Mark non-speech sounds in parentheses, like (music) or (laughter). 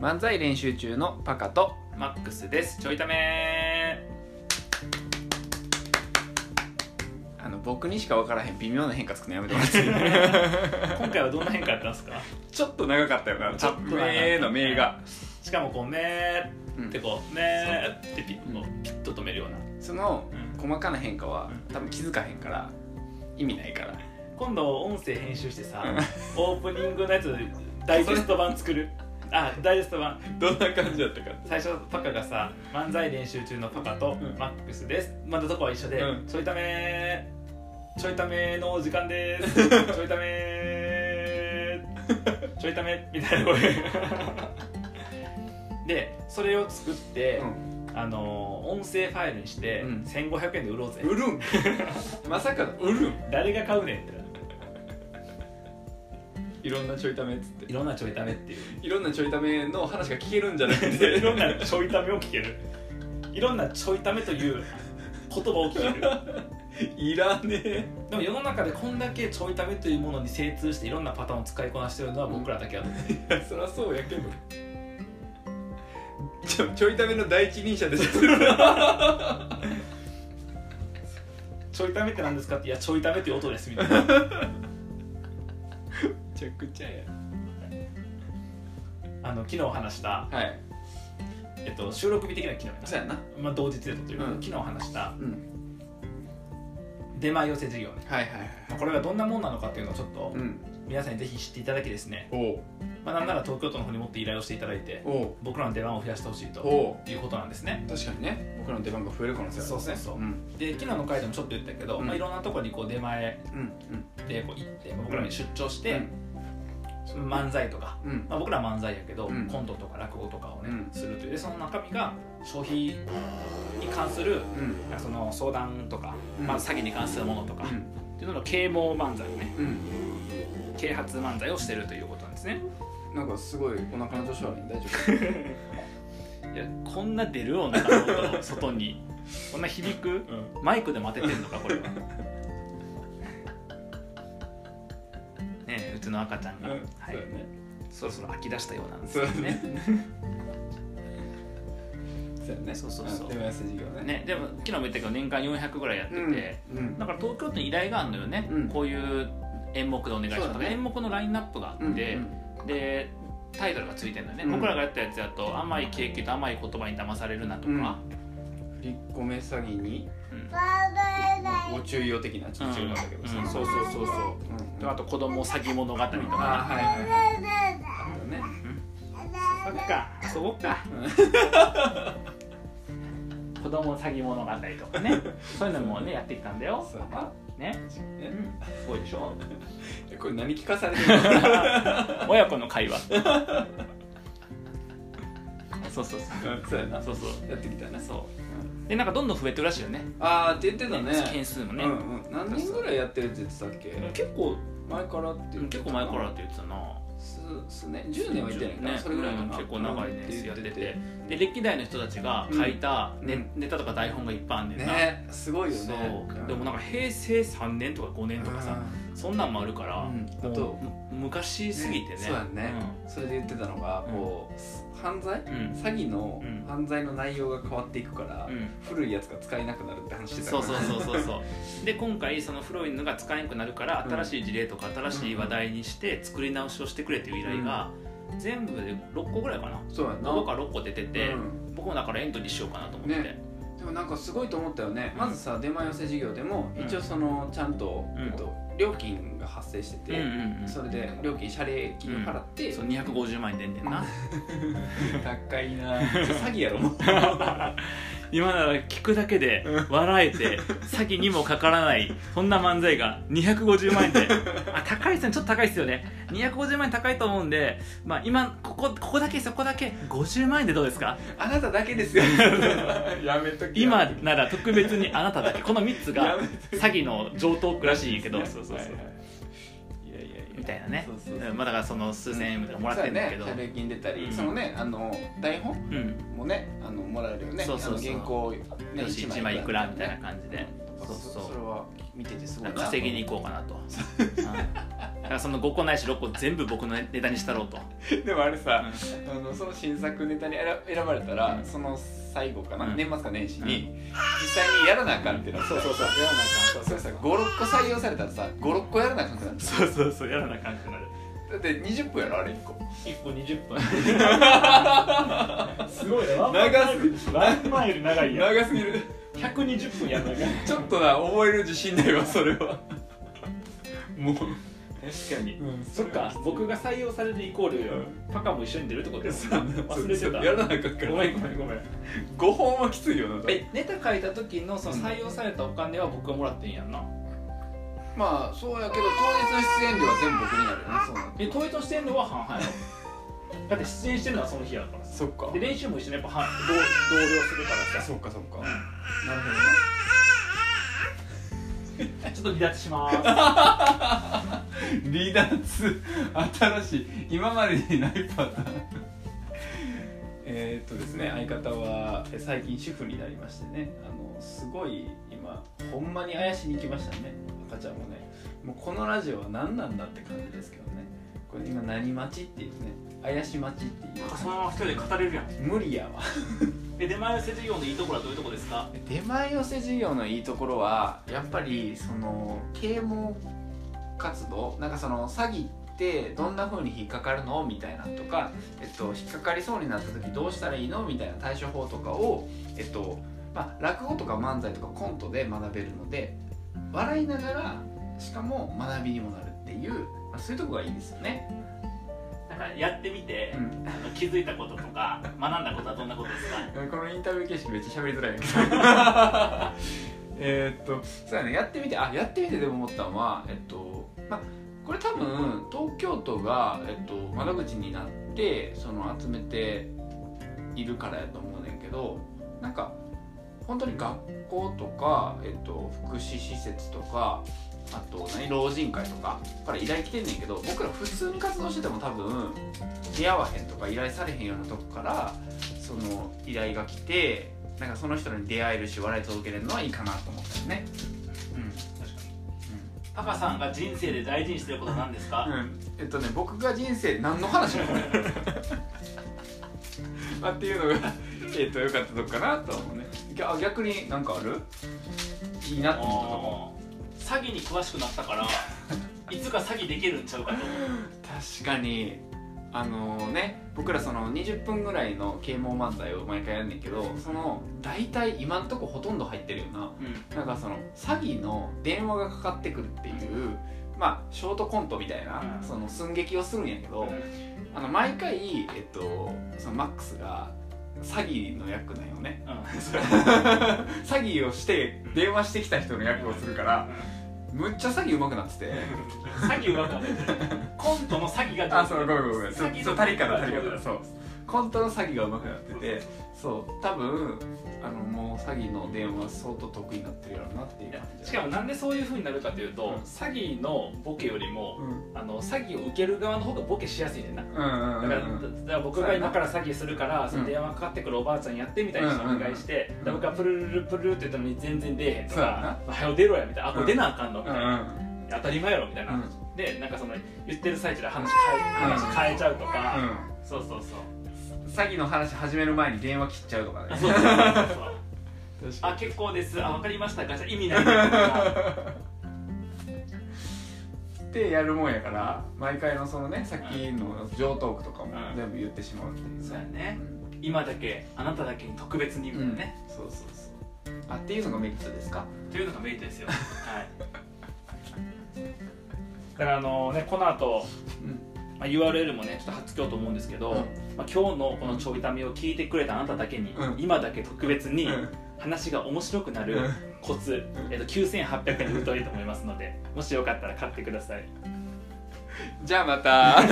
漫才練習中のパカとマックスですちょいた (laughs) めあの僕にしか分からへん微妙な変化つくのやめてもらっていい (laughs) ー今回はどんな変化やったんですかちょっと長かったよなちょっと長かっためーのめーがしかもこう「め」ってこう「め」ってピッこうピッと止めるようなそのうん細かな変化はうん多分気づかへんから意味ないから今度音声編集してさオープニングのやつダイジェスト版作 (laughs) るあダイジェスト版どんな感じだったか最初パカがさ漫才練習中のパカとうんマックスですまだとこは一緒で、うんちょいためちょいためのお時間で (laughs) すちょいためちょいためみたいな (laughs) 声でそれを作って、あのー音声ファイルにして、うん1500円で売ろうぜ売 (laughs) るんまさかの売るん誰が買うねんっていろんなちょいためっつっていろんなちょいためっ (laughs) ていういろんなちょいための話が聞けるんじゃなくて (laughs) いろんなちょいためを聞けるいろんなちょいためという言葉を聞けるいらねえでも世の中でこんだけちょいためというものに精通していろんなパターンを使いこなしてるのは僕らだけだと思ういやそりゃそうやけどちょちょいための第一人者です (laughs) ちょいためって何ですかっていやちょいためっていう音ですみたいなめちゃくちゃやあの昨日話した、はいえっと、収録日的な昨日やそうやなな、まあ、同日でというか、うん昨日話したうん出前寄せ事業ね、はいはいはいまあ、これがどんなもんなのかっていうのをちょっとうん皆さんにぜひ知っていただきですね、おおまあ、なんなら東京都の方にもっと依頼をしていただいてお僕らの出番を増やしてほしいとおいうことなんですね確かにね僕らの出番が増える可能性あるそうそうそうんで昨日の回でもちょっと言ったけど、うんまあ、いろんなところにこう出前うんうんでこう行って僕らに出張して、その漫才とか、うんまあ、僕らは漫才やけど、うんコントとか落語とかをうね、んするというでその中身が消費に関するうんなんかその相談とか、うんまあ、詐欺に関するものとか、うっんていうのの啓蒙漫才をねうん啓発漫才をしてるということなんですねなんかすごいお腹の調子悪いんで大丈いやこんな出る女の音外に (laughs) こんな響く夫マイクでも当ててんの (laughs) かこれはねえうちの赤ちゃんが、うんはそうやいねそろそろ飽き出したようなんですそうよやねねそうやねそうそうそうん手前筋事業ねね、でも昨日も言ったけど年間400ぐらいやってて、うんうんだから東京都に依頼があるのよね、うんこういう演目でお願いしそまうす、だね演目のラインナップがあって、でタイトルがついてるんだよね、うん僕らがやったやつだと「甘いケーキと甘い言葉に騙されるな」とか、ううんん振り込め詐欺にご注意を的なちょっと違うんだけどさ、うんそうそうそうそう、であと「子供詐欺物語」とか、ああはいはいはいあるねそっか遊ぼっか子供詐欺物語とかねそういうのもねやってきたんだよそうやなねえすごいでしょえこれ何聞かされて (laughs) るの親子の会話そうそうそううんそうやなそうそうやってきたなそうでなんかどんどん増えてるらしいよねああって言ってたね件数もね、うんうん、何人ぐらいやってるって言ってたっけ結構前からって言ってた結構前からって言ってたなすすね10年は言ってないかな、それぐらいかうんな、結構長い年数やっててうん言で歴代の人たちが書いたネ,、うんネタとか台本がいっぱいあんねんな、ねすごいよねそう、んでもなんか平成3年とか5年とかさ、そんなんもあるから、うんもうあとむ昔すぎてねそうやね、それで言ってたのがこう、犯罪うん、うん詐欺のうん犯罪の内容が変わっていくから、うん古いやつが使えなくなるって話してたかそらうそうそうそうそう (laughs) で今回その古いのが使えなくなるからうん新しい事例とか新しい話題にして作り直しをしてくれという依頼が全部で6個ぐらいかなそうやな5個か6個出てて、うん僕もだからエントリーしようかなと思って、ねでもなんかすごいと思ったよね、まずさ出前寄せ事業でもうん一応そのちゃんと、うんえっと、料金が発生してうんうて、んうんそそうれで料金謝礼金を払って、 250万円出んねんな高いなぁ詐欺やろも (laughs) う今なら聞くだけで笑えて詐欺にもかからないそんな漫才が250万 (laughs) 円であ高いですねちょっと高いですよね250万円高いと思うんで、まあ、今ここここだけそこだけ50万円でどうですかあなただけですよ (laughs) やめとき今やめとなら特別にあなただけこの3つきやがめとき詐欺の上等区らしいんやけどそうそうそう、はいいやいやいやみたいなねそうそうそううんまあだからその数千円とかもらってるんだけどそうやね謝礼金出たり、うんそのねあの台本うんもねあのもらえるよねそうそうそあうの原稿、ね、よし一1枚いくらみたいなね感じでそそううそうそそれは見ててすごいうな稼ぎに行こうかなとうんだからその5個ないし6個全部僕のネタにしたろうと、 (laughs) でもあれさ、うあのその新作ネタに選選ばれたら、うんその最後かな、うん年末か年始に、実際にやらなあかんってなってそうそうそうやらなあかんそそうれさ56個採用されたらさ56個やらなあかんくなるそうそうそうやらな感じになるだって20分やろあれ1個1個20分すごいね長すぎるワンマンより長いやん長すぎる120分やんなあかんちょっとな覚える自信ないわそれは (laughs) もう確かにうんそっか僕が採用されるイコールパカも一緒に出るってことだよ忘れてやらたなあかんからごめんごめんごめん5本はきついよな多分えネタ書いた時のその採用されたお金は僕がもらってんやんなまあそうやけど当日の出演料は全部僕になるよねそうなえ統一してんのは半々やろだって出演してるのはその日やからそっかで練習も一緒にやっぱ半同同僚するからさそっかそっかんなるほちょっと離脱しますど離脱新しい今までにないパターン (laughs) えーっとですね相方はえ最近主婦になりましてねあのすごい今ほんまに怪しに来ましたね赤ちゃんもねもうこのラジオは何なんだって感じですけどねこれ今何待ちっていうね怪し待ちっていうそのまま一人で語れるやん無理やわえ出前寄せ事業のいいところはどういうとこですか出前寄せ事業のいいところはやっぱりその啓蒙活動なんかその詐欺ってどんな風に引っかかるのみたいなのとか、えっと、引っかかりそうになった時どうしたらいいのみたいな対処法とかを、えっとまあ、落語とか漫才とかコントで学べるので笑いながらしかも学びにもなるっていう、まあ、そういうとこがいいですよね。なんかやってみて、うんあの気づいたこととか学んだことはどんなことですか (laughs) このインタビュー形式めっちゃ喋りづらいんやけどえーっとそうやねやってみてあやってみてでも思ったのはえっとまあこれ多分東京都が、えっと、窓口になってその集めているからやと思うねんけどなんか本当に学校とか、えっと、福祉施設とかあと何老人会とかから依頼来てんねんけど僕ら普通に活動してても多分出会わへんとか依頼されへんようなとこからその依頼が来てなんかその人に出会えるし笑い届けれるのはいいかなと思ったよね確かにパカさんが人生で大事にしてることは何ですか、うん、うん、えっとね僕が人生何の話もこれ (laughs) まあっていうのがえっとよかったとこかなとは思うねぎゃあ逆になんかあるいいなあと思ー詐欺に詳しくなった (laughs) からいつか詐欺できるんちゃうかと思うったとこ確かにあのね僕らその20分ぐらいの啓蒙漫才を毎回やんねんけどその大体今んとこほとんど入ってるよなうんなんかその詐欺の電話がかかってくるっていうまあショートコントみたいな、うんその寸劇をするんやけど、 (laughs) あの毎回、えっと、そのマックスが詐欺の役なんよね (laughs) うん詐欺をして電話してきた人の役をするからむっちゃ詐欺上手くなってて (laughs) 詐欺は分かんないコントの詐欺が上手あそうごめんごめんごめんそう詐欺そのう足りかな足りかなそうコントの詐欺が上手くなっててそう多分あのもう詐欺の電話相当得意になってるやろうなっていういや感じしかもなんでそういう風になるかというと、うん詐欺のボケよりもうんうんあの詐欺を受ける側の方がボケしやすいねんなうんうだんかうらんだから僕が今から詐欺するからその電話かかってくるおばあちゃんやってみたいにしてお願いしてんだから僕がプルルルプルルって言ったのに全然出えへんとそうやか「はよ出ろや」みたいな「あこれ出なあかんの」みうたいんな「当たり前やろ」みたいなでなんかその言ってる最中で話変え話変えちゃうとうかんうんそうそうそう詐欺の話始める前に電話切っちゃうとかねあそうそうそうそう確あ結構ですあ分かりましたガチャ意味ないねとかってやるもんやから毎回のそのねさっきの上トークとかも全部言ってしまうっていうそうやねうん今だけあなただけに特別にみたいなねそうそうそうあっていうのがメリットですかというのがメリットですよはいだからあのねこの後うんまあ、URL もねちょっと貼っつけようと思うんですけど、うんまあ、今日のこのちょいためを聞いてくれたあなただけに、うん今だけ特別にうん話が面白くなるコツ、えっと9800円で売っておいと思いますのでもしよかったら買ってください (laughs) じゃあまた